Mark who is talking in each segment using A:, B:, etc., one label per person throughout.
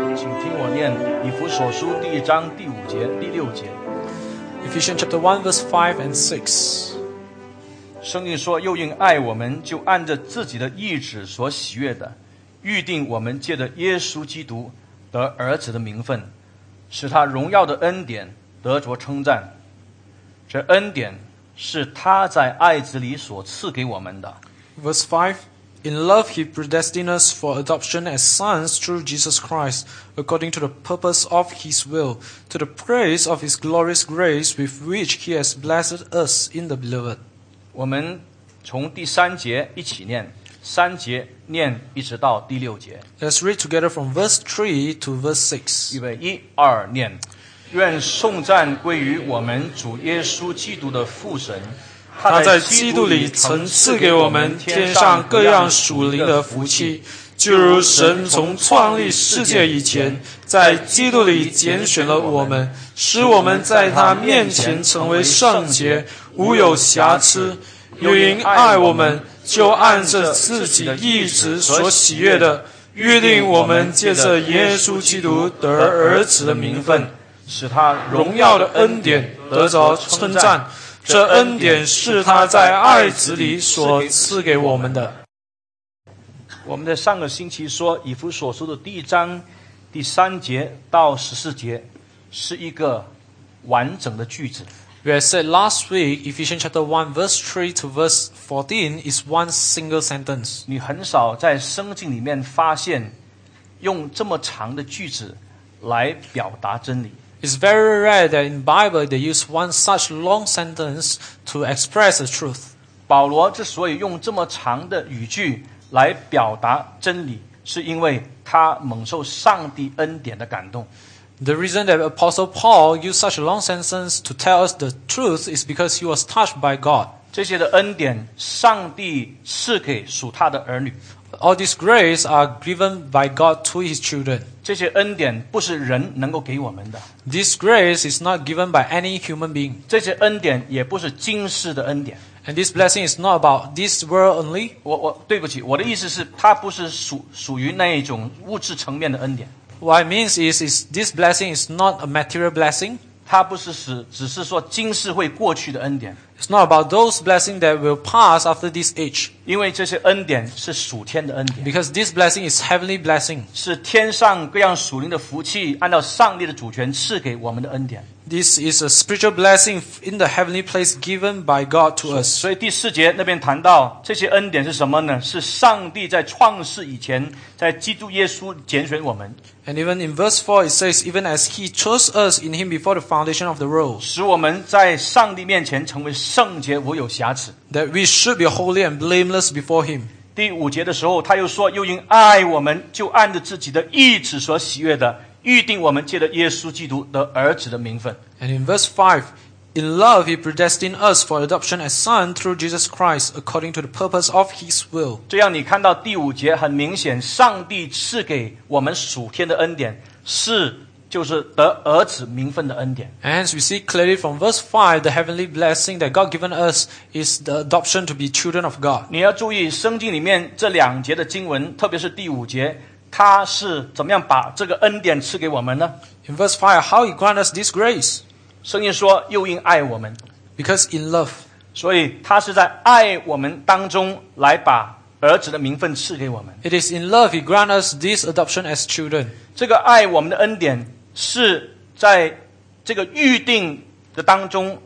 A: 我念以弗所书第一章第五节、第六节。
B: Ephesians chapter 1, verse 5 and 6.
A: 圣经说：“又因爱我们，就按着自己的意志所喜悦的，预定我们借着耶稣基督得儿子的名分，使他荣耀的恩典得着称赞。这恩典是他在爱子里所赐给我们的。
B: Verse 5 In love, he predestined us for adoption as sons through Jesus Christ, according to the purpose of his will, to the praise of his glorious grace with which he has blessed us in the beloved. ”
A: 我们从第三节一起念，三节念一直到第六节。
B: Let's read together from verse 3 to verse 6.
A: 预备，一二念，愿颂赞归于我们主耶稣基督的父神。
B: 他在基督里曾赐给我们天上各样属灵的福气，就如神从创立世界以前，在基督里拣选了我们，使我们在他面前成为圣洁，无有瑕疵。又因爱我们，就按着自己意志所喜悦的，预定我们借着耶稣基督得儿子的名分。
A: 使他
B: 荣耀的恩典得着称赞。这恩典是他在爱子里所赐给我们的。
A: 我们在上个星期说，以弗所说的第一章第三节到十四节是一个完整的句子，
B: We had said last week, Ephesians chapter 1, verse 3 to verse 14 is one single sentence.
A: 你很少在圣经里面发现用这么长的句子来表达真理。
B: It's very rare that in Bible they use one such long sentence to express the truth.
A: 保罗之所以用这么长的语句来表达真理，是因为他蒙受上帝恩典的感动。
B: The reason that Apostle Paul used such a long sentence to tell us the truth is because he was touched by God.
A: 这些的恩典，上帝赐给属他的儿女。
B: All these grace are given by God to his children.
A: 这些恩典不是人能够给我们的，
B: This grace is not given by any human being.
A: 这些恩典也不是今世的恩典。
B: And this blessing is not about this world only,
A: 我我对不起，我的意思是，它不是属属于那一种物质层面的恩典，
B: What it means is, is this blessing is not a material blessing.
A: 它不是只只是说今世会过去的恩典，
B: It's not about those blessings that will pass after this age,
A: 因为这些恩典是属天的恩典。
B: because this blessing is heavenly blessing.
A: 是天上各样属灵的福气，按照上帝的主权赐给我们的恩典。
B: This is a spiritual blessing in the heavenly place given by God to us.
A: 所以第四节那边谈到这些恩典是什么呢？是上帝在创世以前，在基督耶稣拣选我们，
B: And even in verse 4 it says, Even as he chose us in him before the foundation of the world,
A: 使我们在上帝面前成为圣洁，无有瑕疵。
B: that we should be holy and blameless before him.
A: 第五节的时候，他又说：“又因爱我们，就按着自己的意志所喜悦的，预定我们借着耶稣基督的儿子的名分。”
B: And in verse 5, in love he predestined us for adoption as son through Jesus Christ according to the purpose of his will.
A: 这样，你看到第五节，很明显，上帝赐给我们属天的恩典是就是得儿子名分的恩典。
B: And hence we see clearly from verse 5 the heavenly blessing that God given us is the adoption to be children of God.
A: 你要注意，圣经里面这两节的经文，特别是第五节，它是怎么样把这个恩典赐给我们呢？
B: In verse 5, how he grant us this grace?
A: 圣经说，又因爱我们，
B: Because in love.
A: 所以他是在爱我们当中来把儿子的名分赐给我们。
B: It is in love he grant us this adoption as children.
A: 这个爱我们的恩典是在这个预定的当中，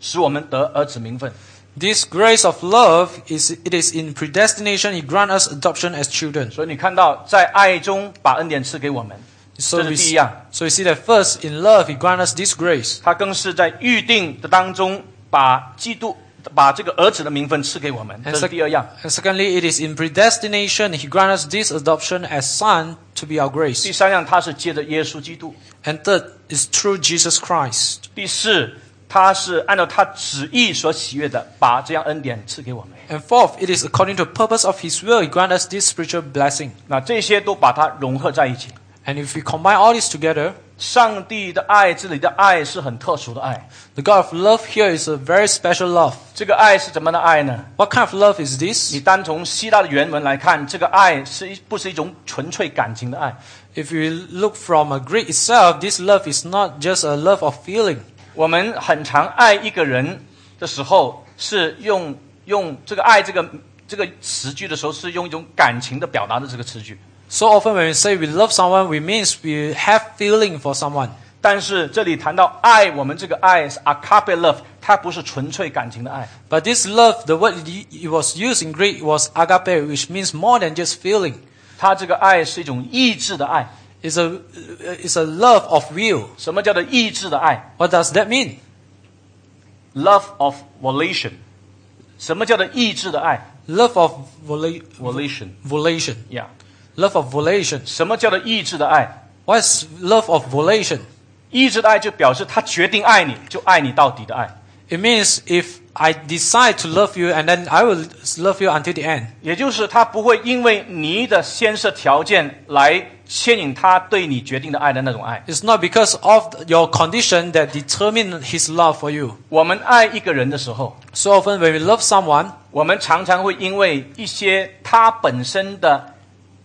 A: 使我们得儿子名分。
B: This grace of love is it is in predestination he grant us adoption as children.
A: 所以你看到，在爱中把恩典赐给我们，
B: So
A: 这是
B: we
A: 第一
B: see,
A: 样。
B: so we see that first in love he grant us this grace.
A: 他更是在预定的当中把基督、把这个儿子的名分赐给我们，这
B: And,
A: 是
B: sec-
A: 第二样。
B: and secondly, it is in predestination he grant us this adoption as son to be our
A: 第
B: grace.
A: 三样，他是借着耶稣基督。
B: And third is through Jesus Christ.
A: 第四，他是按照他旨意所喜悦的，把这样恩典赐给我们。
B: And fourth, it is according to the purpose of His will He grant us this spiritual blessing.
A: 那这些都把它融合在一起。
B: And if we combine all this together,
A: 上帝的爱，这里的爱是很特殊的爱。
B: the God of love here is a very special love.
A: 这个爱是怎么样的爱呢？
B: What kind of love is
A: 你
B: this?
A: 单从希腊的原文来看，这个爱是一不是一种纯粹感情的爱？
B: If we look from a Greek itself, this love is not just a love of feeling.
A: 我们很常爱一个人的时候，是用用这个“爱”这个这个词句的时候，是用一种感情的表达的这个词句。
B: So often when we say we love someone, we means we have feeling for someone.
A: 但是这里谈到爱，我们这个爱是 agape love，它不是纯粹感情的爱。
B: But this love, the word it it was used in Greek was agape, which means more than just feeling.
A: 它这个爱是一种意志的爱。
B: It's a, it's a love of will.
A: 什么叫做意志的爱
B: What does that mean?
A: ？Love of volition。什么叫做意志的爱
B: Love of vola-
A: ？Volition。
B: volation.
A: Yeah。
B: Love of volation.
A: 什么叫做意志的爱？
B: What's love of volation?
A: 意志的爱就表示他决定爱你，就爱你到底的爱。
B: It means if I decide to love you and then I will love you until the end.
A: 也就是他不会因为你的先设条件来牵引他对你决定的爱的那种爱。
B: It's not because of your condition that determine his love for you.
A: 我们爱一个人的时候，
B: So often when we love someone,
A: 我们常常会因为一些他本身的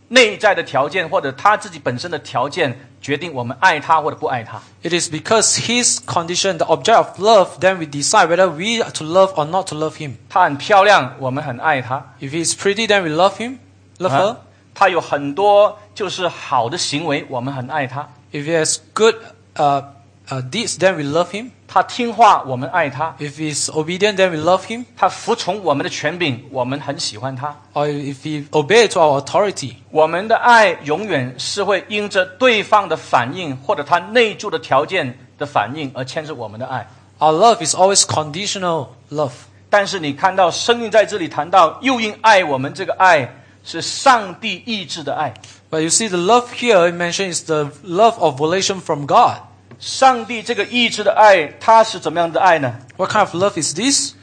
A: 内在的条件，或者他自己本身的条件，决定我们爱他或者不爱他。
B: it is because his condition, the object of love, then we decide whether we are to love or not to love him.
A: 她很漂亮，我们很爱她。
B: If he's pretty, then we love him, love
A: 啊
B: her.，
A: 她有很多就是好的行为，我们很爱她。
B: If he has good uh, uh, deeds, then we love him.
A: 她听话，我们爱她。
B: If he's obedient, then we love him.
A: 她服从我们的权柄，我们很喜欢她。
B: Or if he obeys to our authority.
A: 我们的爱永远是会因着对方的反应或者他内住的条件的反应而牵制我们的爱。
B: Our love is always conditional love.
A: 但是你看到生命在这里谈到又因爱我们这个爱是上帝意志的爱，
B: But you see, the love here it mentioned is the love of volition from God.
A: 上帝这个意志的爱，它是怎么样的爱呢？
B: What kind of love is this?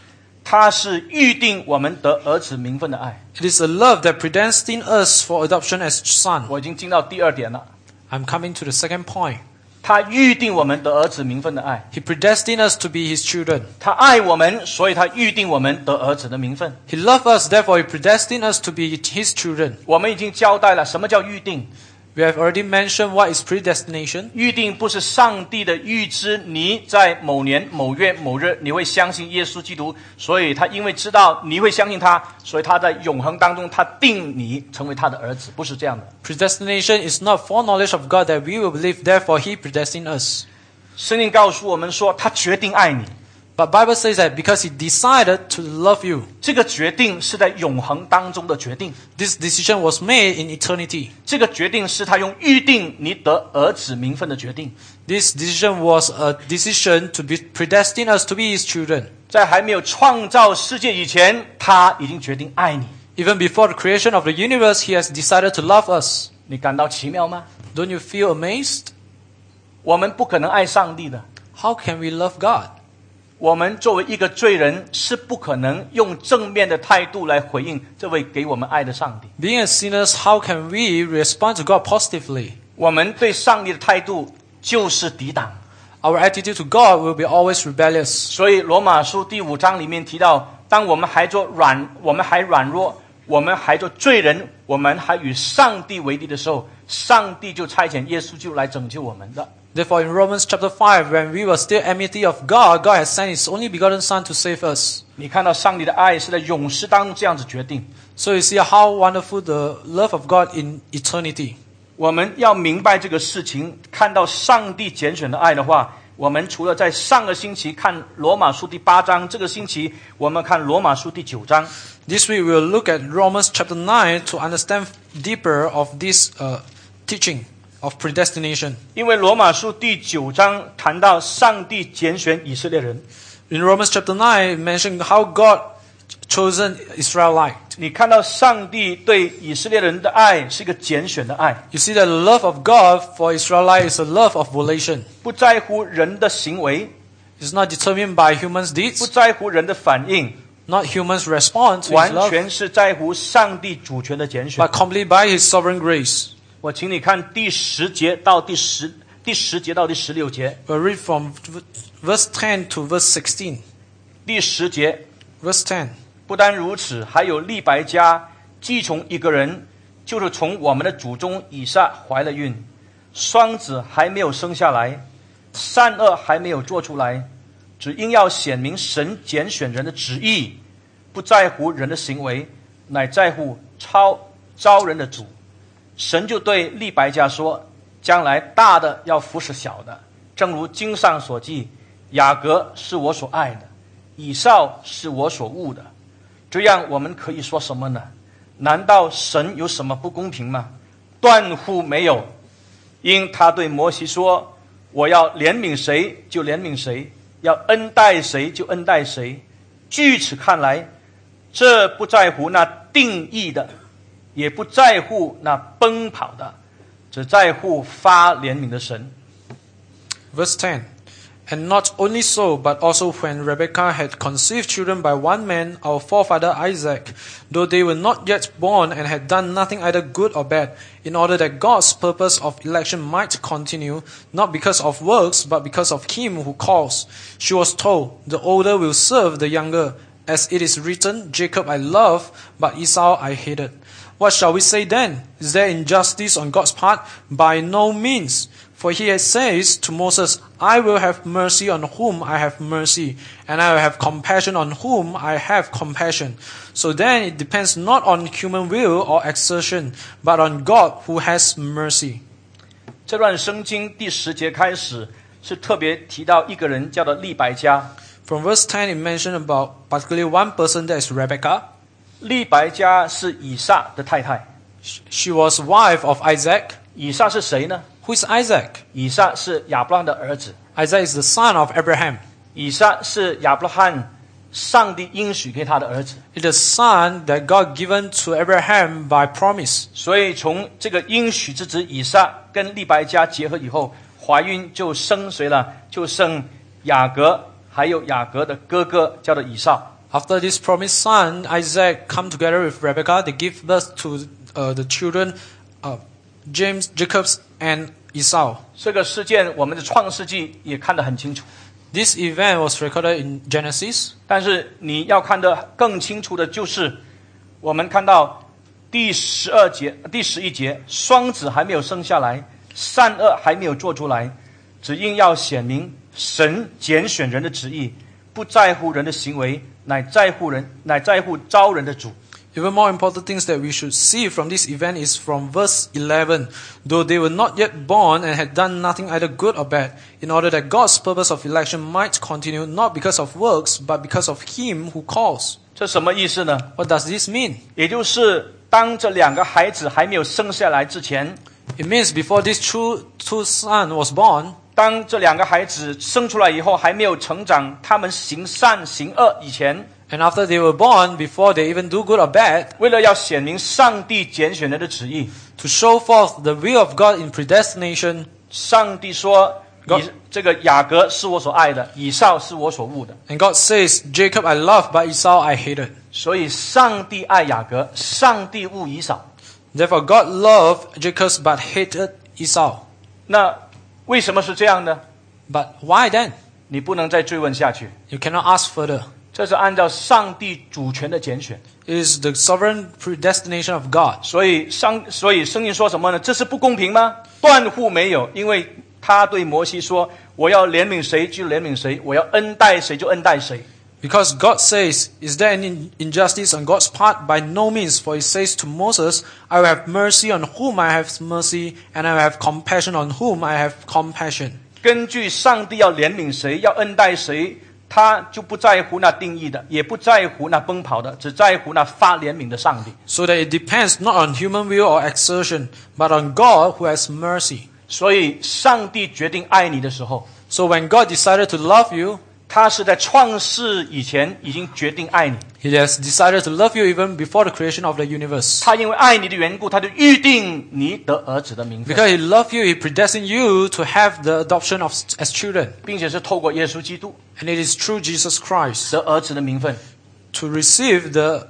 A: 它是预定我们得儿子名分的爱。
B: It is a love that predestines us for adoption as son.
A: 我已经进到第二点了，
B: I'm coming to the second point.
A: 他预定我们得儿子名分的爱，
B: He predestined us to be his children.
A: 他爱我们，所以他预定我们得儿子的名分。
B: He loved us, therefore he predestined us to be his children.
A: 我们已经交代了什么叫预定，
B: We have already mentioned what is predestination.
A: 预定不是上帝的预知，你在某年某月某日你会相信耶稣基督，所以他因为知道你会相信他，所以他在永恒当中他定你成为他的儿子，不是这样的。
B: Predestination is not foreknowledge of God that we will believe, therefore he predestined us.
A: 圣经告诉我们说，他决定爱你，
B: But Bible says that because he decided to love you,
A: 这个决定是在永恒当中的决定，
B: this decision was made in eternity.
A: 这个决定是他用预定你得儿子名分的决定。
B: This decision was a decision to be predestine us to be his children.
A: 在还没有创造世界以前，他已经决定爱你，
B: Even before the creation of the universe, he has decided to love us.
A: 你感到奇妙吗？
B: Don't you feel amazed?
A: 我们不可能爱上帝的。
B: How can we love God?
A: 我们作为一个罪人，是不可能用正面的态度来回应这位给我们爱的上帝。
B: Being a sinner, how can we respond to God positively?
A: 我们对上帝的态度就是抵挡。
B: Our attitude to God will be always rebellious.
A: 所以罗马书第五章里面提到，当我们还做软，我们还软弱，我们还做罪人，我们还与上帝为敌的时候，上帝就差遣耶稣就来拯救我们的。
B: Therefore, in Romans chapter 5, when we were still enmity of God, God has sent his only begotten Son to save us.
A: 你看到上帝的爱是在永世当中这样子决定。
B: So you see how wonderful the love of God in eternity.
A: 我们要明白这个事情，看到上帝拣选的爱的话，我们除了在上个星期看罗马书第八章，这个星期我们看罗马书第九章。
B: This week we will look at Romans chapter 9 to understand deeper of this uh, teaching of predestination.
A: 因为罗马书第九章谈到上帝拣选以色列人，
B: In Romans chapter 9, it mentioned how God chosen Israelite.
A: 你看到上帝对以色列人的爱是一个拣选的爱，
B: You see that the love of God for Israelite is a love of volition.
A: 不在乎人的行为，
B: It's not determined by humans'
A: 不
B: deeds,
A: 在乎人的反应，
B: not humans' response to
A: 完
B: his love,
A: 全是在乎上帝主权的拣选
B: but。completely by his sovereign grace.
A: 我请你看第十节到第十第十节到第十六节，
B: We'll read from v- verse 10 to verse 16.
A: 第十节
B: Verse 10.
A: 不单如此，还有利百加，既从一个人，就是从我们的祖宗以撒怀了孕，双子还没有生下来，善恶还没有做出来，只因要显明神拣选人的旨意，不在乎人的行为，乃在乎超招人的主。神就对利百加说：“将来大的要服侍小的，正如经上所记，雅各是我所爱的，以少是我所恶的。”这样我们可以说什么呢？难道神有什么不公平吗？断乎没有，因他对摩西说：“我要怜悯谁就怜悯谁，要恩待谁就恩待谁。”据此看来，这不在乎那定义的，也不在乎那奔跑的，只在乎发怜悯的神。
B: Verse 10 And not only so, but also when Rebekah had conceived children by one man, our forefather Isaac, though they were not yet born and had done nothing either good or bad, in order that God's purpose of election might continue, not because of works, but because of him who calls, she was told, The older will serve the younger. As it is written, Jacob I love, but Esau I hated. What shall we say then? Is there injustice on God's part? By no means. For he says to Moses, I will have mercy on whom I have mercy, and I will have compassion on whom I have compassion. So then it depends not on human will or exertion, but on God who has mercy.
A: 这段圣经第十节开始是特别提到一个人叫做利百加。
B: From verse 10, it mentioned about particularly one person that is Rebecca.
A: 利百加是以撒的太太。
B: Sh- She was wife of Isaac.
A: 以撒是谁呢？
B: Who is Isaac?
A: 以撒是亚伯拉罕的儿子。
B: Isaac is the son of Abraham.
A: 以撒是亚伯拉罕上帝应许给他的儿子。
B: It is son that God given to Abraham by promise.
A: 所以从这个应许之子以撒跟利百加结合以后，怀孕就生谁了？就生雅各，还有雅各的哥哥叫做以撒。
B: After this promised son, Isaac come together with Rebekah. They give birth to uh, the children, uh, James, Jacobs, and Esau.
A: 这个事件我们的创世纪也看得很清楚，
B: This event was recorded in Genesis.
A: 但是你要看得更清楚的就是，我们看到第十二节、第十一节，双子还没有生下来，善恶还没有做出来，只应要显明神拣选人的旨意，不在乎人的行为，乃在乎人，乃在乎招人的主。
B: Even more important things that we should see from this event is from verse 11. Though they were not yet born and had done nothing either good or bad, in order that God's purpose of election might continue, not because of works, but because of Him who calls.
A: 这什么意思呢？
B: What does this mean?
A: 也就是当这两个孩子还没有生下来之前，
B: It means before this two, two son was born,
A: 当这两个孩子生出来以后，还没有成长，他们行善行恶以前，
B: And after they were born, before they even do good or bad,
A: 为了要显明上帝拣选人的旨意，
B: to show forth the will of God in predestination,
A: 上帝说：“
B: God-
A: 以这个雅各是我所爱的，以少是我所恶的。
B: and God says, Jacob I loved, but Esau I hated. ”
A: 所以，上帝爱雅各，上帝恶以扫。
B: Therefore, God loved Jacob but hated Esau.
A: 那为什么是这样呢？
B: But why then?
A: 你不能再追问下去，
B: You cannot ask further.
A: 这是按照上帝主权的拣选。
B: It is the sovereign predestination of God.
A: 所以上，所以圣经说什么呢？这是不公平吗？断乎没有，因为他对摩西说：“我要怜悯谁就怜悯谁，我要恩待谁就恩待谁。
B: Because God says, Is there any injustice on God's part? By no means, for he says to Moses, I will have mercy on whom I have mercy, and I will have compassion on whom I have compassion. ”
A: 根据上帝要怜悯谁，要恩待谁，他就不在乎那定义的，也不在乎那奔跑的，只在乎那发怜悯的上帝。
B: so that it depends not on human will or exertion, but on God who has mercy.
A: 所以，上帝决定爱你的时候，
B: So when God decided to love you,
A: 他是在创世以前已经决定爱你。
B: He has decided to love you even before the creation of the universe.
A: 他因为爱你的缘故，他就预定你得儿子的名分，
B: Because He loved you, He predestined you to have the adoption of as children,
A: 并且是透过耶稣基督
B: and it is through Jesus Christ
A: 得儿子的名分。
B: to receive the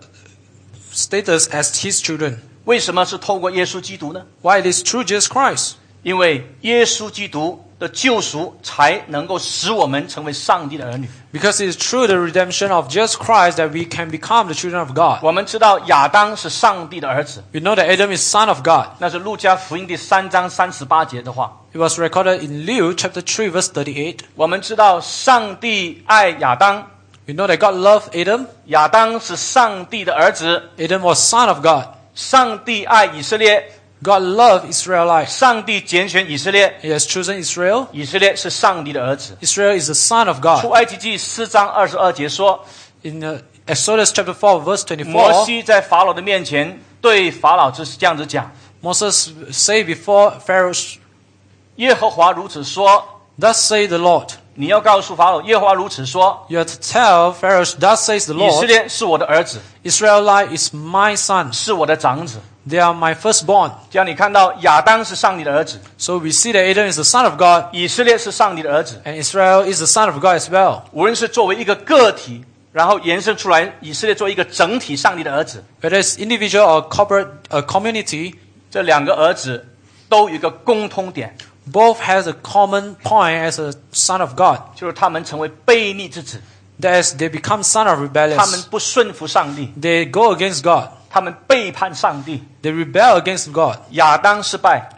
B: status as His children.
A: 为什么是透过耶稣基督呢？
B: Why it is through Jesus Christ?
A: 因为耶稣基督的救赎才能够使我们成为上帝的儿女。
B: Because it is through the redemption of Jesus Christ that we can become the children of God.
A: 我们知道亚当是上帝的儿子，
B: We know that Adam is son of God.
A: 那是路加福音第三章三十八节的话。
B: It was recorded in Luke chapter 3 verse 38.
A: 我们知道上帝爱亚当，
B: We know that God loved Adam.
A: 亚当是上帝的儿子，
B: Adam was son of God.
A: 上帝爱以色列，
B: God loved Israelites.
A: 上帝拣选以色列，
B: He has chosen Israel.
A: 以色列是上帝的儿子。
B: Israel is the son of
A: 出
B: God.
A: 埃及记四章二十二节说，
B: In uh, Exodus chapter 4 verse
A: 摩
B: 24,
A: 西在法老的面前对法老是这样子讲：
B: Moses say before Pharaoh,
A: 耶和华如此说，
B: Thus say the Lord.
A: 你要告诉法老，耶和华如此说，
B: You have to tell Pharaoh, Thus says the
A: 以色
B: Lord,
A: 列是我的儿子，
B: Israelite is my son.
A: 是我的长子。
B: They are my firstborn.
A: 这样你看到亚当是上帝的儿子，
B: So we see that Adam is the son of God,
A: 以色列是上帝的儿子。
B: and Israel is the son of God as well.
A: 无论是作为一个个体，然后延伸出来，以色列作为一个整体上帝的儿子，
B: Whether it's individual or corporate uh, community,
A: 这两个儿子都有一个共通点，
B: both has a common point as a son of God.
A: 就是他们成为悖逆之子，
B: That is, they become son of
A: 他们
B: rebellious.
A: 不顺服上帝，
B: They go against God.
A: 他们背叛上帝。
B: They rebel against God.
A: 亚当失败，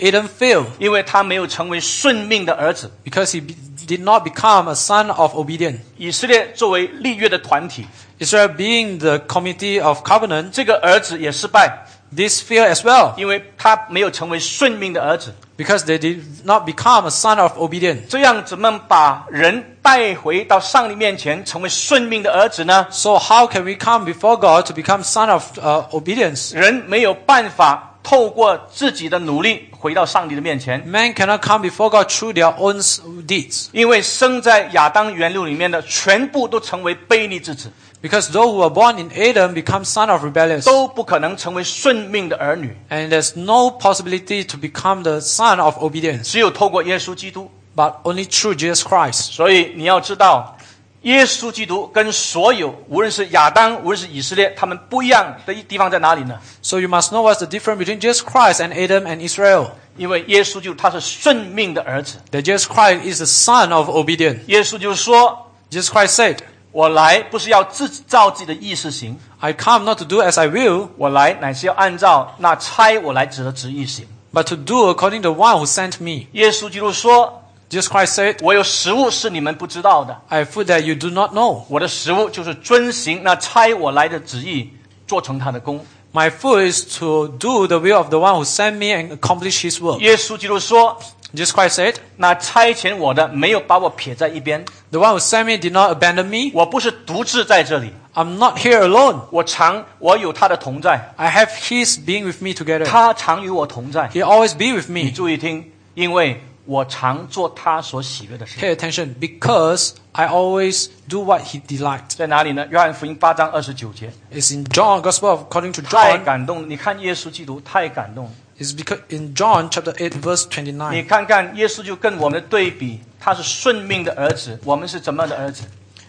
B: Adam failed
A: 因为他没有成为顺命的儿子。
B: because he be- did not become a son of obedience.
A: 以色列作为立约的团体，
B: Israel being the committee of covenant,
A: 这个儿子也失败，
B: this failed as well
A: 因为他没有成为顺命的儿子。
B: because they did not become a son of obedience.
A: 这样怎么把人带回到上帝面前，成为顺命的儿子呢？
B: So how can we come before God to become son of uh, obedience?
A: 人没有办法透过自己的努力回到上帝的面前，
B: Men cannot come before God through their own s- deeds,
A: 因为生在亚当园路里面的全部都成为悖逆之子，
B: because those who are born in Adam become son of rebellious,
A: 都不可能成为顺命的儿女。
B: and there's no possibility to become the son of obedience,
A: 只有透过耶稣基督，
B: but only through Jesus Christ.
A: 所以你要知道，耶稣基督跟所有无论是亚当，无论是以色列，他们不一样的地方在哪里呢？
B: So you must know what's the difference between Jesus Christ and Adam and Israel.
A: 因为耶稣就他是顺命的儿子，
B: That Jesus Christ is the son of obedience.
A: 耶稣就说
B: Jesus Christ said,：“
A: 我来不是要自己照自己的意思行，
B: "I come not to do as I will,
A: 我来乃是要按照那差我来指的旨意行。”
B: but to do according to the one who sent me."
A: 耶稣基督说
B: Jesus Christ：“ said,
A: 我有食物是你们不知道的，
B: "I have food that you do not know.
A: 我的食物就是遵行那差我来的旨意，做成他的功。
B: My food is to do the will of the one who sent me and accomplish his ” work."
A: 耶稣基督说
B: Jesus Christ said,：“
A: 那差遣我的没有把我撇在一边，
B: The one who sent me did not abandon me.
A: 我不是独自在这里，
B: I'm not here alone.
A: 我常我有他的同在，
B: I have his being with me together.
A: 他常与我同在。
B: He'll always be with
A: 你
B: me.
A: 注意听，因为我常做他所喜悦的事。
B: Pay attention because I always do what he delights.
A: 在哪里呢？约翰福音八章二十九节，
B: It's in John, Gospel of- according to
A: 太
B: John.
A: 感动了！你看耶稣基督太感动了。
B: It's because in John chapter 8 verse
A: 你
B: 29.
A: 看看耶稣就跟我们的对比，他是顺命的儿子，我们是怎么样的儿子？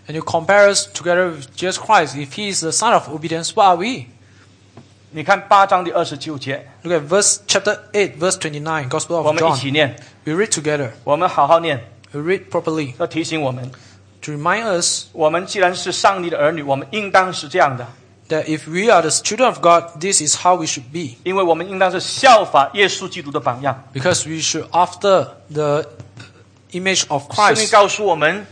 B: And you compare us together with Jesus Christ. If he is the son of obedience, what are we?
A: 你看八章第二十九节，
B: Look at verse chapter 8 verse 29, Gospel
A: 我
B: of
A: 们一起
B: John.
A: 念，
B: We read together.
A: 我们好好念，
B: We read properly
A: 要提醒我们，
B: to remind us
A: 我们既然是上帝的儿女，我们应当是这样的，
B: that if we are the children of God, this is how we should be.
A: 因为我们应当是效法耶稣基督的榜样。
B: Because we should after the image of
A: 圣经
B: Christ.
A: 告诉我们，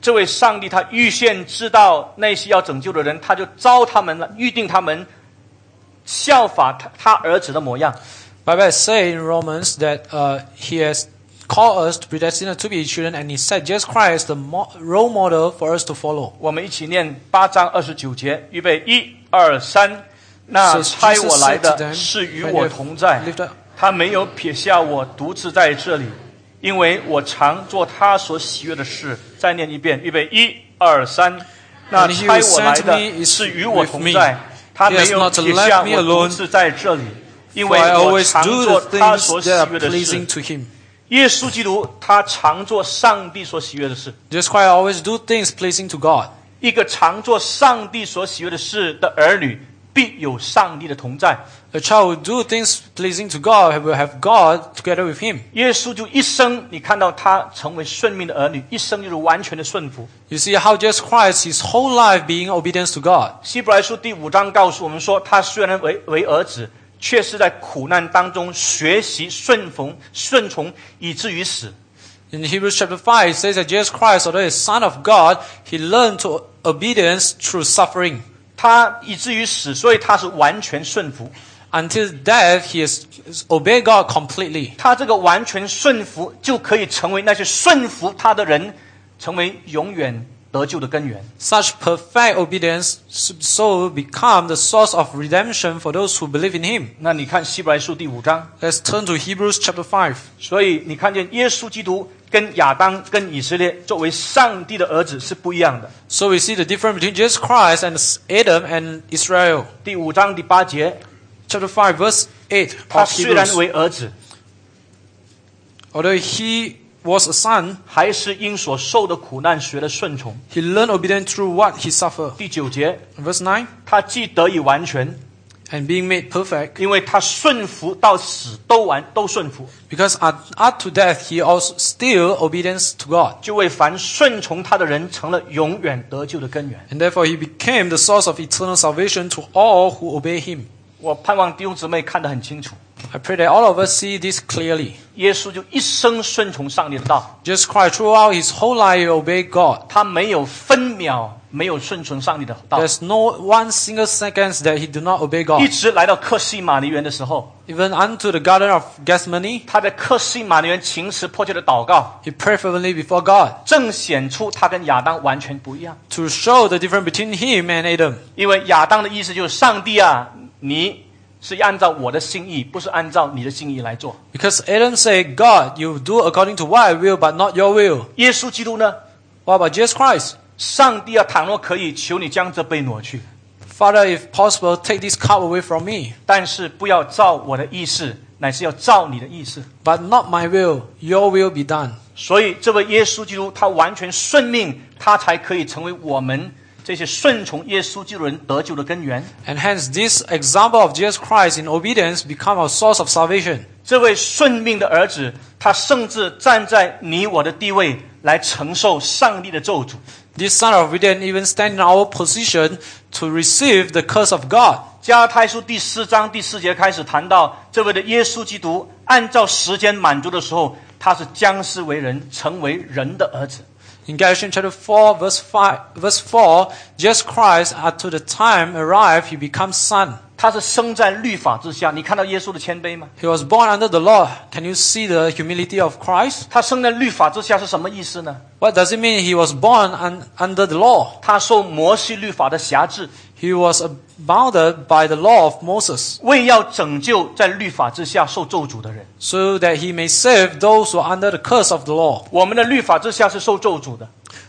A: 这位上帝他预先知道那些要拯救的人，他就招他们了，预定他们效法他他儿子的模样。
B: Bible say in Romans that uh, He has called us to predestinate to be His children, and He said Jesus Christ is the mo- role model for us to follow.
A: 我们一起念八章二十九节，预备，一二三。那
B: So
A: 差
B: Jesus
A: 我来
B: said to
A: 的
B: them,
A: 是与
B: when
A: 我
B: you
A: 同在，
B: lift up,
A: 他没有撇下我独自在这里，因为我常做他所喜悦的事。再念一遍，预备，一二三。那
B: And he
A: 差我来
B: sent me
A: 的
B: is
A: 是与我同
B: with
A: 在
B: me.，
A: 他没有
B: not
A: 撇下
B: left me
A: 我独
B: alone.
A: 自在这里，因
B: for
A: 为
B: I
A: 我
B: always
A: 常
B: do the
A: 做他所
B: things
A: 喜
B: that
A: 悦
B: are
A: 的
B: pleasing
A: 事。
B: to Him.
A: 耶稣基督他常做上帝所喜悦的事。
B: Jesus Christ always do things pleasing to God.
A: 一个常做上帝所喜悦的事的儿女，必有上帝的同在。
B: A child will do things pleasing to God, will have God together with him.
A: 耶稣就一生，你看到他成为顺命的儿女，一生就是完全的顺服。
B: You see how Jesus Christ, his whole life being obedience to God.
A: 希伯来书第五章告诉我们说，他虽然为为儿子，却是在苦难当中学习顺从顺从，以至于死。
B: In Hebrews chapter 5, it says that Jesus Christ, although a son of God, he learned to obedience through suffering.
A: 他以至于死，所以他是完全顺服。
B: Until death, he has obeyed God completely.
A: 他这个完全顺服，就可以成为那些顺服他的人，成为永远得救的根源。
B: Such perfect obedience so become the source of redemption for those who believe in him.
A: 那你看希伯来书第五章，
B: Let's turn to Hebrews chapter 5.
A: 所以你看见耶稣基督跟亚当、跟以色列作为上帝的儿子是不一样的。
B: So we see the difference between Jesus Christ and Adam and Israel.
A: 第五章第八节，
B: Chapter 5, verse 8
A: 他
B: of
A: 虽然
B: Hebrews.
A: 为儿子，
B: Although he was a son,
A: 还是因所受的苦难学了顺从。
B: he learned obedience through what he suffered.
A: 第九节，
B: Verse 9,
A: 他既得以完全，
B: and being made perfect,
A: 因为他顺服到死都完都顺服，
B: because at- up to death he also still obedience to God.
A: 就为凡顺从他的人成了永远得救的根源。
B: And therefore he became the source of eternal salvation to all who obey him.
A: 我盼望弟兄姊妹看得很清楚，
B: I pray that all of us see this clearly.
A: 耶稣就一生顺从上帝的道，
B: Jesus Christ throughout his whole life he obeyed God.
A: 他没有分秒没有顺从上帝的道，
B: There's no one single second that he did not obey
A: 一
B: God.
A: 直来到克西马尼园的时候，
B: Even unto the Garden of Gethsemane,
A: 他在克西马尼园情实迫切的祷告，
B: he prayed fervently before God
A: 正显出他跟亚当完全不一样。
B: to show the difference between him and Adam.
A: 因为亚当的意思就是上帝啊，你是按照我的心意，不是按照你的心意来做。
B: Because Adam said, God, you do according to what I will, but not your will.
A: 耶稣基督呢，
B: What about Jesus Christ?
A: 上帝啊，倘若可以，求你将这杯挪去，
B: Father, if possible, take this cup away from me.
A: 但是不要照我的意思，乃是要照你的意思。
B: But not my will, your will be done.
A: 所以，这位耶稣基督他完全顺命，他才可以成为我们这些顺从耶稣基督的人得救的根源。
B: And hence, this example of Jesus Christ in obedience become our source of salvation.
A: 这位顺命的儿子，他甚至站在你我的地位来承受上帝的咒诅。
B: This son of obedience even stand in our position to receive the curse of God.
A: 加太书第四章第四节开始谈到，这位的耶稣基督按照时间满足的时候，他是将死为人，成为人的儿子。
B: In Galatians chapter 4, verse 5, verse 4, Jesus Christ, up to the time arrived, he becomes son.
A: 他是生在律法之下，你看到耶稣的谦卑吗？
B: He was born under the law. Can you see the humility of Christ?
A: 他生在律法之下是什么意思呢？
B: What does it mean he was born un- under the law?
A: 他受摩西律法的辖制，
B: He was uh, bounded by the law of Moses,
A: 为要拯救在律法之下受咒诅的人。
B: so that he may save those who are under the curse of the law.
A: 我们的律法之下是受咒诅的，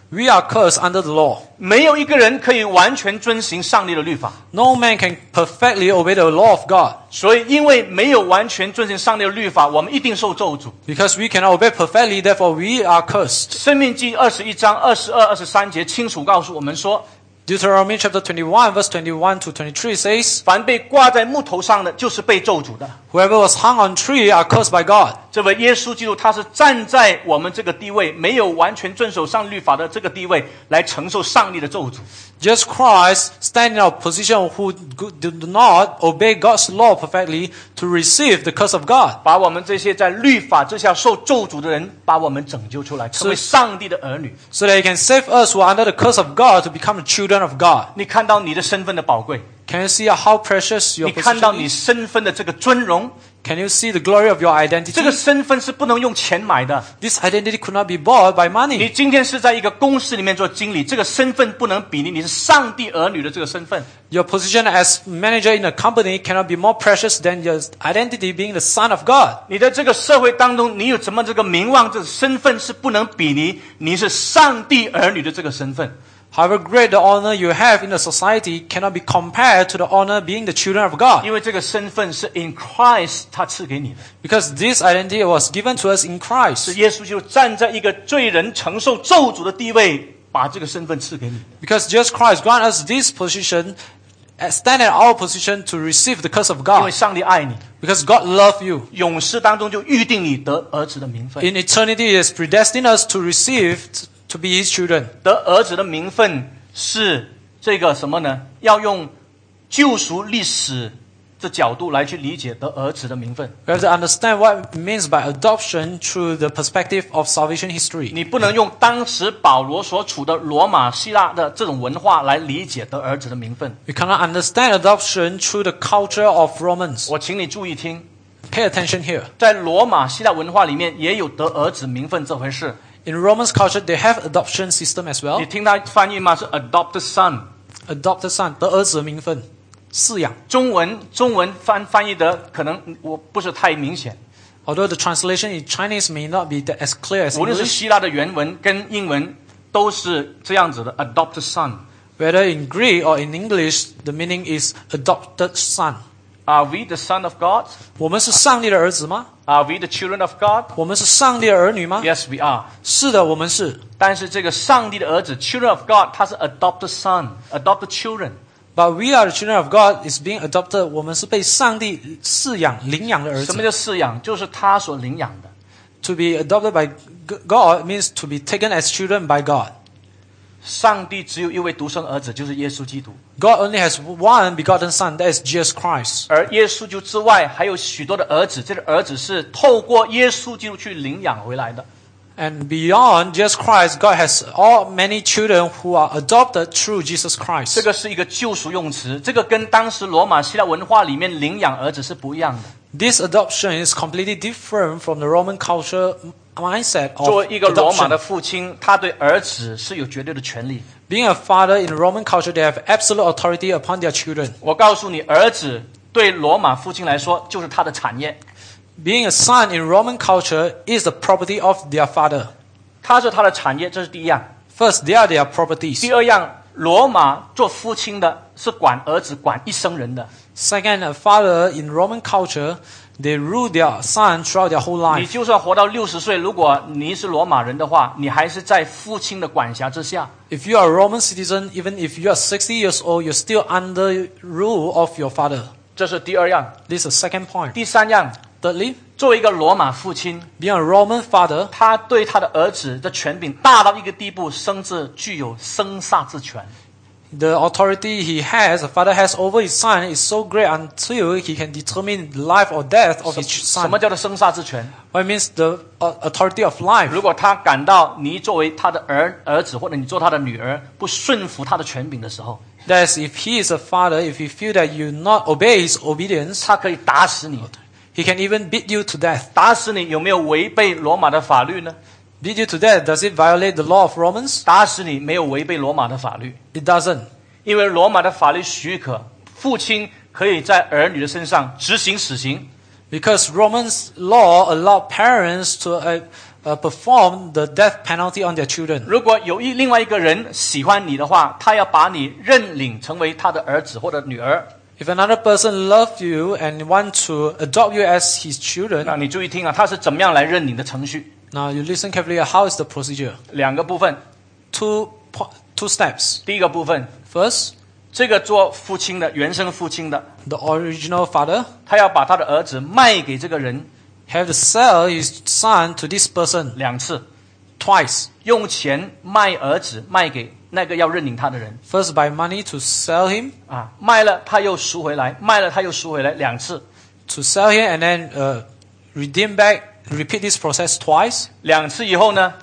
B: We are cursed under the law.
A: 没有一个人可以完全遵行上帝的律法。
B: No man can perfectly obey the law of God,
A: 所以，因为没有完全遵行上帝的律法，我们一定受咒诅。
B: because we cannot obey perfectly, therefore we are cursed.
A: 生命记二十一章二十二、二十三节清楚告诉我们说：
B: Deuteronomy chapter 21, verse 21 to 23 says,
A: 凡被挂在木头上的，就是被咒诅的。
B: Whoever was hung on tree are cursed by God.
A: 这位耶稣基督，他是站在我们这个地位，没有完全遵守上帝律法的这个地位，来承受上帝的咒诅。
B: Jesus Christ stand in our position who go- do not obey God's law perfectly to receive the curse of God.
A: 把我们这些在律法之下受咒诅的人，把我们拯救出来，成为上帝的儿女。
B: so that he can save us who are under the curse of God to become the children of God.
A: 你看到你的身份的宝贵，
B: Can you see how precious
A: 你
B: your
A: 看到
B: position
A: 你
B: is?
A: 身份的这个尊荣，
B: Can you see the glory of your
A: 这
B: identity?
A: 个身份是不能用钱买的。
B: This identity could not be bought by
A: 你
B: money.
A: 今天是在一个公司里面做经理，这个身份不能比拟，你是上帝儿女的这个身份。
B: Your position as manager in a company cannot be more precious than your identity being the son of God.
A: 你在这个社会当中，你有什么这个名望、这个身份是不能比拟，你是上帝儿女的这个身份。
B: However great the honor you have in the society cannot be compared to the honor being the children of God.
A: 因为这个身份是 in Christ 他赐给你的，
B: Because this identity was given to us in Christ.
A: 是耶稣就站在一个罪人承受咒诅的地位，把这个身份赐给你。
B: Because Jesus Christ grant us this position uh, stand at our position to receive the curse of
A: 因为
B: God
A: 上帝爱你，
B: because God loved you.
A: 永世当中就预定你得儿子的名分。
B: In eternity, He has predestined us to receive, t- to be His children.
A: 得儿子的名分是这个什么呢？要用救赎历史的角度来去理解得儿子的名分。
B: We have to understand what it means by adoption through the perspective of salvation history.
A: 你不能用当时保罗所处的罗马、希腊的这种文化来理解得儿子的名分。
B: We cannot understand adoption through the culture of Romans.
A: 我请你注意听，
B: Pay attention here.
A: 在罗马、希腊文化里面也有得儿子名分这回事。
B: In Romans culture, they have adoption system as
A: 你
B: well.
A: 听他翻译吗？是 adopted son。
B: Adopted son, 得儿子名分，饲养。
A: 中文中文翻翻译的可能嗯我不是太明显，
B: Although the translation in Chinese may not be that as clear as
A: 无论是
B: English,
A: 希腊的原文跟英文都是这样子的 adopted son。
B: whether in Greek or in English, the meaning is adopted son.
A: Are we the son of God?
B: 我们是上帝的儿子吗？
A: Are we the children of God?
B: 我们是上帝的儿女吗
A: Yes, we are.
B: 是的，我们是。
A: 但是这个上帝的儿子 children of God，他是 adopted son, adopted children。
B: But we are the children of God is being adopted. 我们是被上帝饲养、领养的儿
A: 什么
B: 子。
A: 叫饲养？就是他所领养的。
B: To be adopted by G- God means to be taken as children by God.
A: 上帝只有一位独生儿子，就是耶稣基督。
B: God only has one begotten Son, that is Jesus Christ.
A: 而耶稣基督之外，还有许多的儿子，这个儿子是透过耶稣基督去领养回来的。
B: And beyond Jesus Christ, God has all many children who are adopted through Jesus
A: 这
B: Christ.
A: 个是一个救赎用词，这个跟当时罗马希腊文化里面领养儿子是不一样的。
B: This adoption is completely different from the Roman culture mindset
A: 作为一个
B: of
A: 罗马的
B: adoption.
A: 父亲，他对儿子是有绝对的权利。
B: Being a father in Roman culture, they have absolute authority upon their children.
A: 我告诉你，儿子对罗马父亲来说就是他的产业，
B: Being a son in Roman culture is the property of their father.
A: 他是他的产业，这是第一样。
B: First, they are their properties.
A: 第二样，罗马做父亲的是管儿子管一生人的，
B: Second, a father in Roman culture, they rule their son throughout their whole
A: 你
B: life.
A: 就算活到六十岁，如果你是罗马人的话，你还是在父亲的管辖之下。
B: If you are a Roman citizen, even if you are 60 years old, you're still under rule of your father.
A: 这是第二样。
B: This is the second point.
A: 第三样，
B: Thirdly,
A: 作为一个罗马父亲，
B: being a Roman father,
A: 他对他的儿子的权柄大到一个地步，甚至具有生杀之权。
B: the authority he has, the father has over his son, is so great until he can determine the life or death of his
A: 什
B: son.
A: 么叫做生杀之权？
B: What means the uh, authority of life.
A: 如果他感到你作为他的儿儿子或者你做他的女儿不顺服他的权柄的时候，
B: That's if he is a father, if he feel that you not obey his obedience,
A: 他可以打死你。
B: he can even beat you to death.
A: 打死你有没有违背罗马的法律呢？
B: Beat you to death, does it violate the law of Romans?
A: 打死你没有违背罗马的法律，
B: It doesn't.
A: 因为罗马的法律许可父亲可以在儿女的身上执行死刑，
B: Because Romans law allow parents to uh, uh, perform the death penalty on their children.
A: 如果有一另外一个人喜欢你的话，他要把你认领成为他的儿子或者女儿。
B: If another person loves you and want to adopt you as his children,
A: 那你注意听啊，他是怎么样来认领的程序？
B: now you listen carefully. How is the procedure?
A: 两个部分，
B: Two po- two steps.
A: 第一个部分，
B: First,
A: 这个做父亲的原生父亲的，
B: the original father
A: 他要把他的儿子卖给这个人
B: have to sell his son to this person
A: 两次，
B: twice.
A: 用钱卖儿子卖给那个要认领他的人
B: First, by money to sell him,
A: 啊，卖了他又赎回来，卖了他又赎回来两次，
B: to sell him, and then uh, redeem back. Repeat this process twice.
A: 两次以后呢，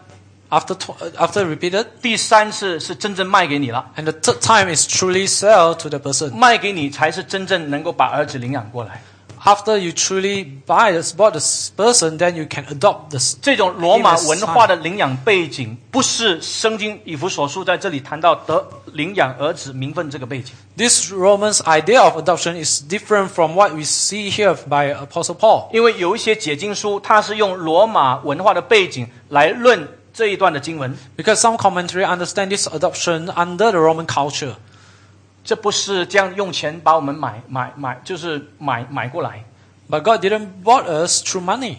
B: After tw- uh, after repeated,
A: 第三次是真正卖给你了，
B: and the third time is truly sell to the person.
A: 卖给你才是真正能够把儿子领养过来。
B: After you truly buy this, bought this person, then you can adopt this.
A: 这种罗马文化的领养背景，不是圣经以弗所述在这里谈到得领养儿子名分这个背景。
B: This Romans idea of adoption is different from what we see here by Apostle Paul,
A: 因为有一些解经书，它是用罗马文化的背景来论这一段的经文，
B: because some commentary understand this adoption under the Roman culture.
A: 这不是这样用钱把我们买买买，就是买买过来，
B: But God didn't bought us through money.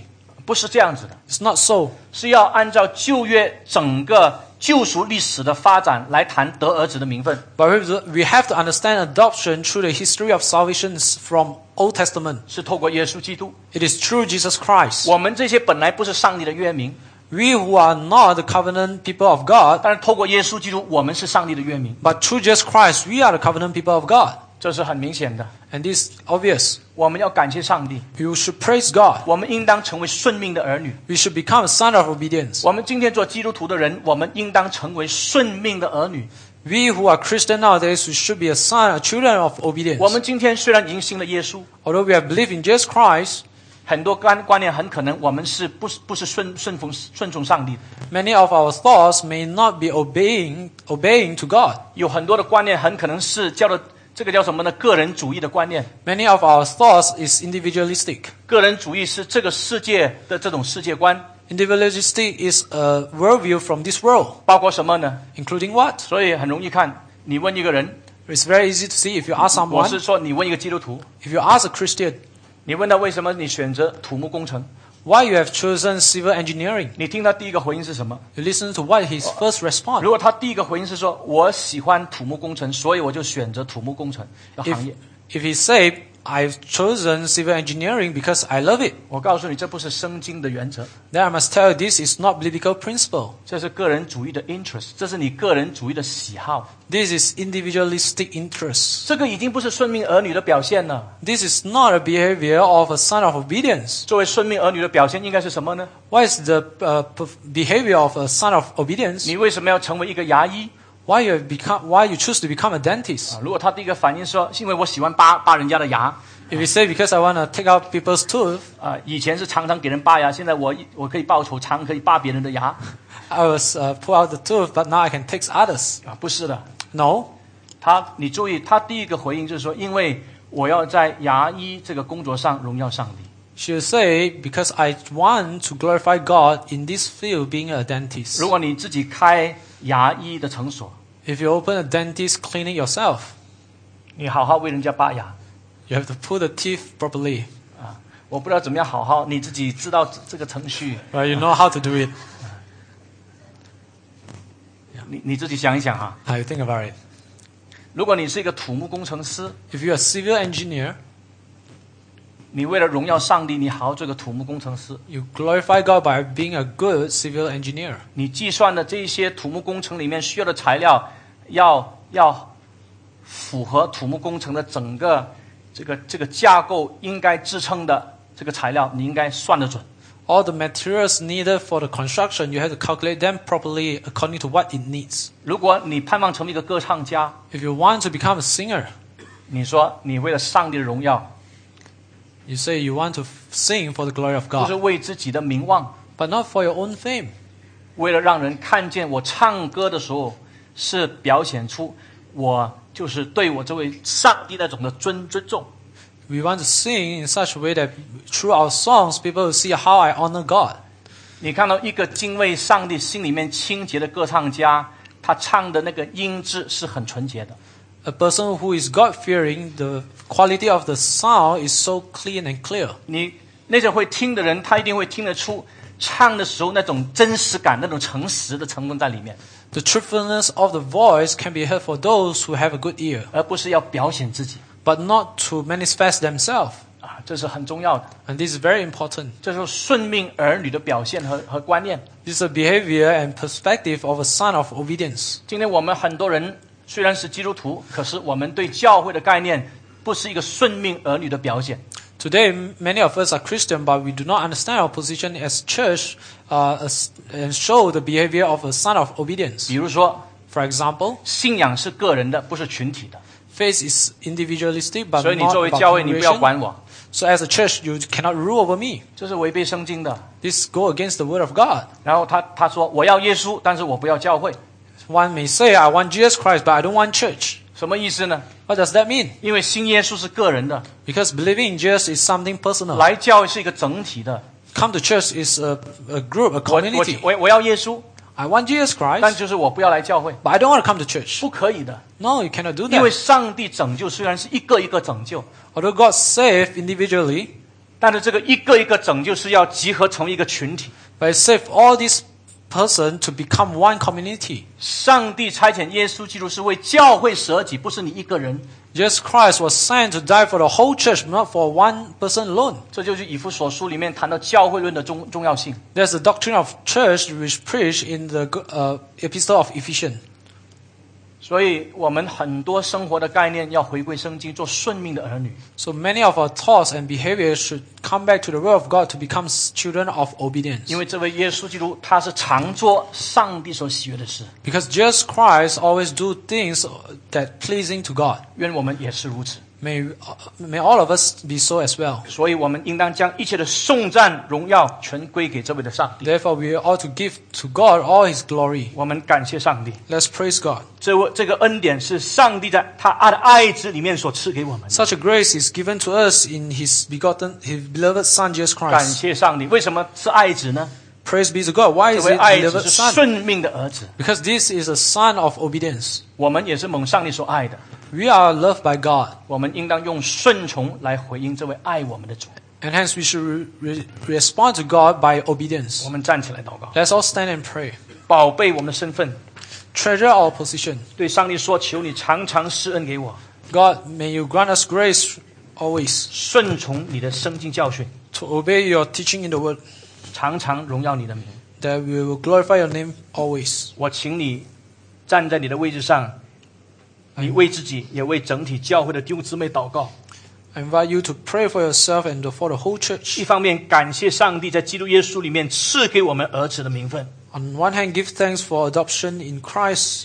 A: 不是这样子的，
B: It's not so.
A: 是要按照旧约整个救赎历史的发展来谈得儿子的名分。
B: But we have to understand adoption through the history of salvation from Old Testament.
A: 是透过耶稣基督。
B: It is through Jesus Christ.
A: 我们这些本来不是上帝的约民，
B: We who are not the covenant people of God,
A: 但是透过耶稣基督，我们是上帝的约民，
B: but through Jesus Christ, we are the covenant people of God.
A: 这是很明显的。
B: And this is obvious.
A: 我们要感谢上帝，
B: You should praise God.
A: 我们应当成为顺命的儿女。
B: We should become a son of obedience.
A: 我们今天做基督徒的人，我们应当成为顺命的儿女。
B: We who are Christian nowadays, we should be a son, a children of
A: 我
B: obedience.
A: 们今天虽然迎新了耶稣，
B: Although we have believed in Jesus Christ,
A: 很多观观念很可能我们是不是不是顺顺从顺从上帝的，
B: many of our thoughts may not be obeying, obeying to God.
A: 有很多的观念很可能是叫做这个叫什么呢？个人主义的观念。
B: Many of our thoughts is individualistic.
A: 个人主义是这个世界的这种世界观，
B: Individualistic is a worldview from this world,
A: 包括什么呢？
B: including what?
A: 所以很容易看，你问一个人，
B: It's very easy to see if you ask
A: 我
B: someone,
A: 是说你问一个基督徒，
B: if you ask a Christian,
A: 你问他为什么你选择土木工程，
B: why you have chosen civil engineering.
A: 你听他第一个回应是什么？
B: You listen to what his first
A: 如
B: response.
A: 果他第一个回应是说我喜欢土木工程，所以我就选择土木工程的行
B: If,
A: 业，
B: if he say, I've chosen civil engineering because I love it,
A: 我告诉你，这不是圣经的原则，
B: then I must tell you this is not biblical principle.
A: 这是个人主义的 interest，这是你个人主义的喜好，
B: This is individualistic interest.
A: 这个已经不是顺命儿女的表现了。
B: This is not a behavior of a son of obedience.
A: 作为顺命儿女的表现应该是什么呢？
B: What is the uh, perf- behavior of a son of obedience?
A: 你为什么要成为一个牙医？
B: Why you have become? Why you choose to become a dentist?
A: 啊如果他第一个反应说，是因为我喜欢扒扒人家的牙，
B: If you say because I want to take out people's tooth,
A: 啊、以前是常常给人扒牙，现在我一我可以报仇，常可以扒别人的牙，
B: I was uh, pull out the tooth, but now I can take others.
A: 啊，不是的，
B: No,
A: 他你注意，他第一个回应就是说，因为我要在牙医这个工作上荣耀上帝。
B: she'll say because I want to glorify God in this field, being a dentist.
A: 如果你自己开牙医的诊所，
B: If you open a dentist clinic yourself,
A: 你好好为人家拔牙
B: you have to pull the teeth properly.
A: 啊，我不知道怎么样好好，你自己知道这这个程序，
B: Well, you know how to do it.
A: 你你自己想一想哈。
B: How you think about it?
A: 如果你是一个土木工程师，
B: If you're a civil engineer,
A: 你为了荣耀上帝，你好好做个土木工程师，
B: you glorify God by being a good civil engineer.
A: 你计算的这一些土木工程里面需要的材料，要要符合土木工程的整个这个这个架构应该支撑的这个材料，你应该算得准。
B: All the materials needed for the construction, you have to calculate them properly according to what it needs.
A: 如果你盼望成为一个歌唱家，
B: If you want to become a singer,
A: 你说你为了上帝的荣耀，
B: you say you want to f- sing for the glory of
A: 就是
B: God,
A: 为自己的名望，
B: but not for your own fame.
A: 为了让人看见我唱歌的时候是表现出我就是对我这位上帝那种的尊尊重。
B: We want to sing in such a way that through our songs, people will see how I honor God.
A: 你看到一个敬畏上帝、心里面清洁的歌唱家，他唱的那个音质是很纯洁的。
B: A person who is God fearing, the quality of the sound is so clean and clear.
A: 你那些会听的人，他一定会听得出唱的时候那种真实感、那种诚实的成分在里面，
B: The truthfulness of the voice can be heard for those who have a good ear,
A: 而不是要表现自己
B: but not to manifest themselves.
A: 啊，这是很重要的。
B: And this is very important.
A: 这是顺命儿女的表现和和观念。
B: This is a behavior and perspective of a son of obedience.
A: 今天我们很多人虽然是基督徒，可是我们对教会的概念不是一个顺命儿女的表现。
B: Today, m- many of us are Christian, but we do not understand our position as church uh, as, and show the behavior of a son of obedience.
A: 比如说，
B: For example,
A: 信仰是个人的，不是群体的，
B: faith is individualistic, but
A: 所以你
B: not
A: 作为
B: about
A: 教会，你不要
B: congregation.
A: 管我，
B: So as a church, you cannot rule over me.
A: 这是违背圣经的。
B: This go against the word of God.
A: 然后他他说我要耶稣，但是我不要教会，
B: One may say, I want Jesus Christ, but I don't want church.
A: 什么意思呢？
B: What does that mean?
A: 因为新耶稣是个人的，
B: Because believing in Jesus is something personal.
A: 来教会是一个整体的。
B: Come to church is a, a group, a
A: 我
B: community.
A: 我我我要耶稣，
B: I want Jesus
A: 但
B: Christ,
A: 就是我不要来教会，
B: but I don't want to come to church.
A: 不可以的。
B: No, you cannot do
A: 因为
B: that.
A: 上帝拯救虽然是一个一个拯救，
B: Although God saved individually,
A: 但是这个一个一个拯救是要集合成为一个群体。
B: but He saved all these person to become one community.
A: 上帝差遣耶稣基督是为教会舍己，不是你一个人。
B: Yes, Christ was sent to die for the whole church, not for one person alone.
A: 这就是以弗所书里面谈到教会论的重重要性。
B: There's the doctrine of church which preached in the uh, epistle of Ephesians.
A: 所以我们很多生活的概念要回归圣经，做顺命的儿女。
B: So many of our thoughts and behaviors should come back to the word of God to become s- children of obedience.
A: 因为这位耶稣基督，他是常做上帝所喜悦的事。
B: Because Jesus Christ always do things that pleasing to God.
A: 愿我们也是如此。
B: May, uh, may all of us be so as well.
A: 所以，我们应当将一切的颂赞、荣耀全归给这位的上帝。
B: Therefore, we ought to give to God all His glory.
A: 我们感谢上帝，
B: Let's praise God.
A: 这位这个恩典是上帝在他爱的爱子里面所赐给我们的。
B: Such a grace is given to us in His begotten, His beloved Son, Jesus
A: 感
B: Christ.
A: 谢上帝，为什么是爱子呢？
B: Praise be to God. Why
A: 这
B: is
A: 位
B: it
A: 爱
B: beloved
A: 子是
B: Son?
A: 顺命的儿子，
B: Because this is a son of obedience.
A: 我们也是蒙上帝所爱的。
B: We are loved by God,
A: 我们应当用顺从来回应这位爱我们的主。
B: and hence we should re- re- respond to God by
A: 我
B: obedience.
A: 们站起来祷告，
B: Let's all stand and pray.
A: 宝贝我们的身份，
B: Treasure our position.
A: 对上帝说：“求你常常施恩给我，
B: God, may you grant us grace always
A: 顺从你的圣经教训，
B: to obey your teaching in the word,
A: 常常荣耀你的名。
B: that we will glorify your name always. ”
A: 我请你站在你的位置上，你为自己也为整体教会的弟兄姊妹祷告。
B: I invite you to pray for yourself and for the whole church.
A: 一方面感谢上帝在基督耶稣里面赐给我们儿子的名分，
B: On one hand, give thanks for adoption in Christ.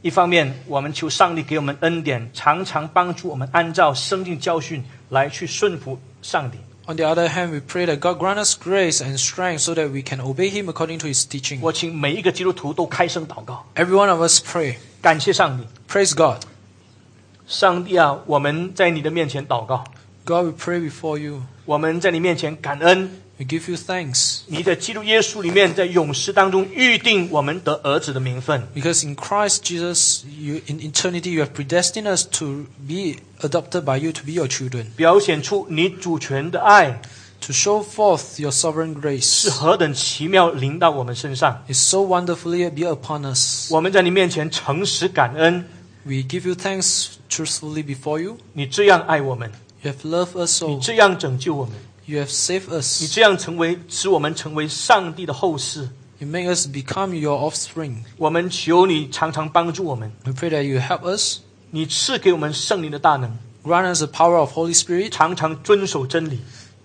A: 一方面我们求上帝给我们恩典，常常帮助我们按照圣经教训来去顺服上帝。
B: On the other hand, we pray that God grant us grace and strength so that we can obey Him according to His teaching.
A: 我请每一个基督徒都开声祷告，
B: Every one of us pray.
A: 感谢上帝，
B: Praise God.
A: 上帝啊，我们在你的面前祷告，
B: God, we pray before you.
A: 我们在你面前感恩，
B: We give you thanks
A: 你在基督耶稣里面，在勇士当中预定我们得儿子的名分。
B: because in Christ Jesus, you, in eternity, you have predestined us to be adopted by you to be your children,
A: 表显出你主权的爱
B: to show forth your sovereign
A: 是
B: grace.
A: 何等奇妙临到我们身上。
B: It's so wonderfully be upon us.
A: 我们在你面前诚实感恩，
B: We give you thanks truthfully before you.
A: 你这样爱我们，
B: You have loved us
A: 你
B: so.
A: 这样拯救我们，
B: You have saved
A: 你
B: us.
A: 这样成为使我们成为上帝的后世。
B: You make us become your offspring.
A: 我们求你常常帮助我们，
B: We pray that you help us.
A: 你赐给我们圣灵的大能，
B: Grant us the power of Holy Spirit
A: 常常遵守真理，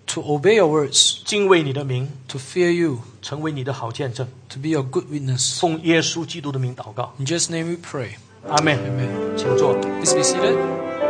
B: to obey your words,
A: 敬畏你的名，
B: to fear you,
A: 成为你的好见证。
B: to be your good witness.
A: 奉耶稣基督的名祷告，
B: In Jesus' name we pray.
A: 阿门。
B: Amen.
A: 请坐。
B: Please be seated.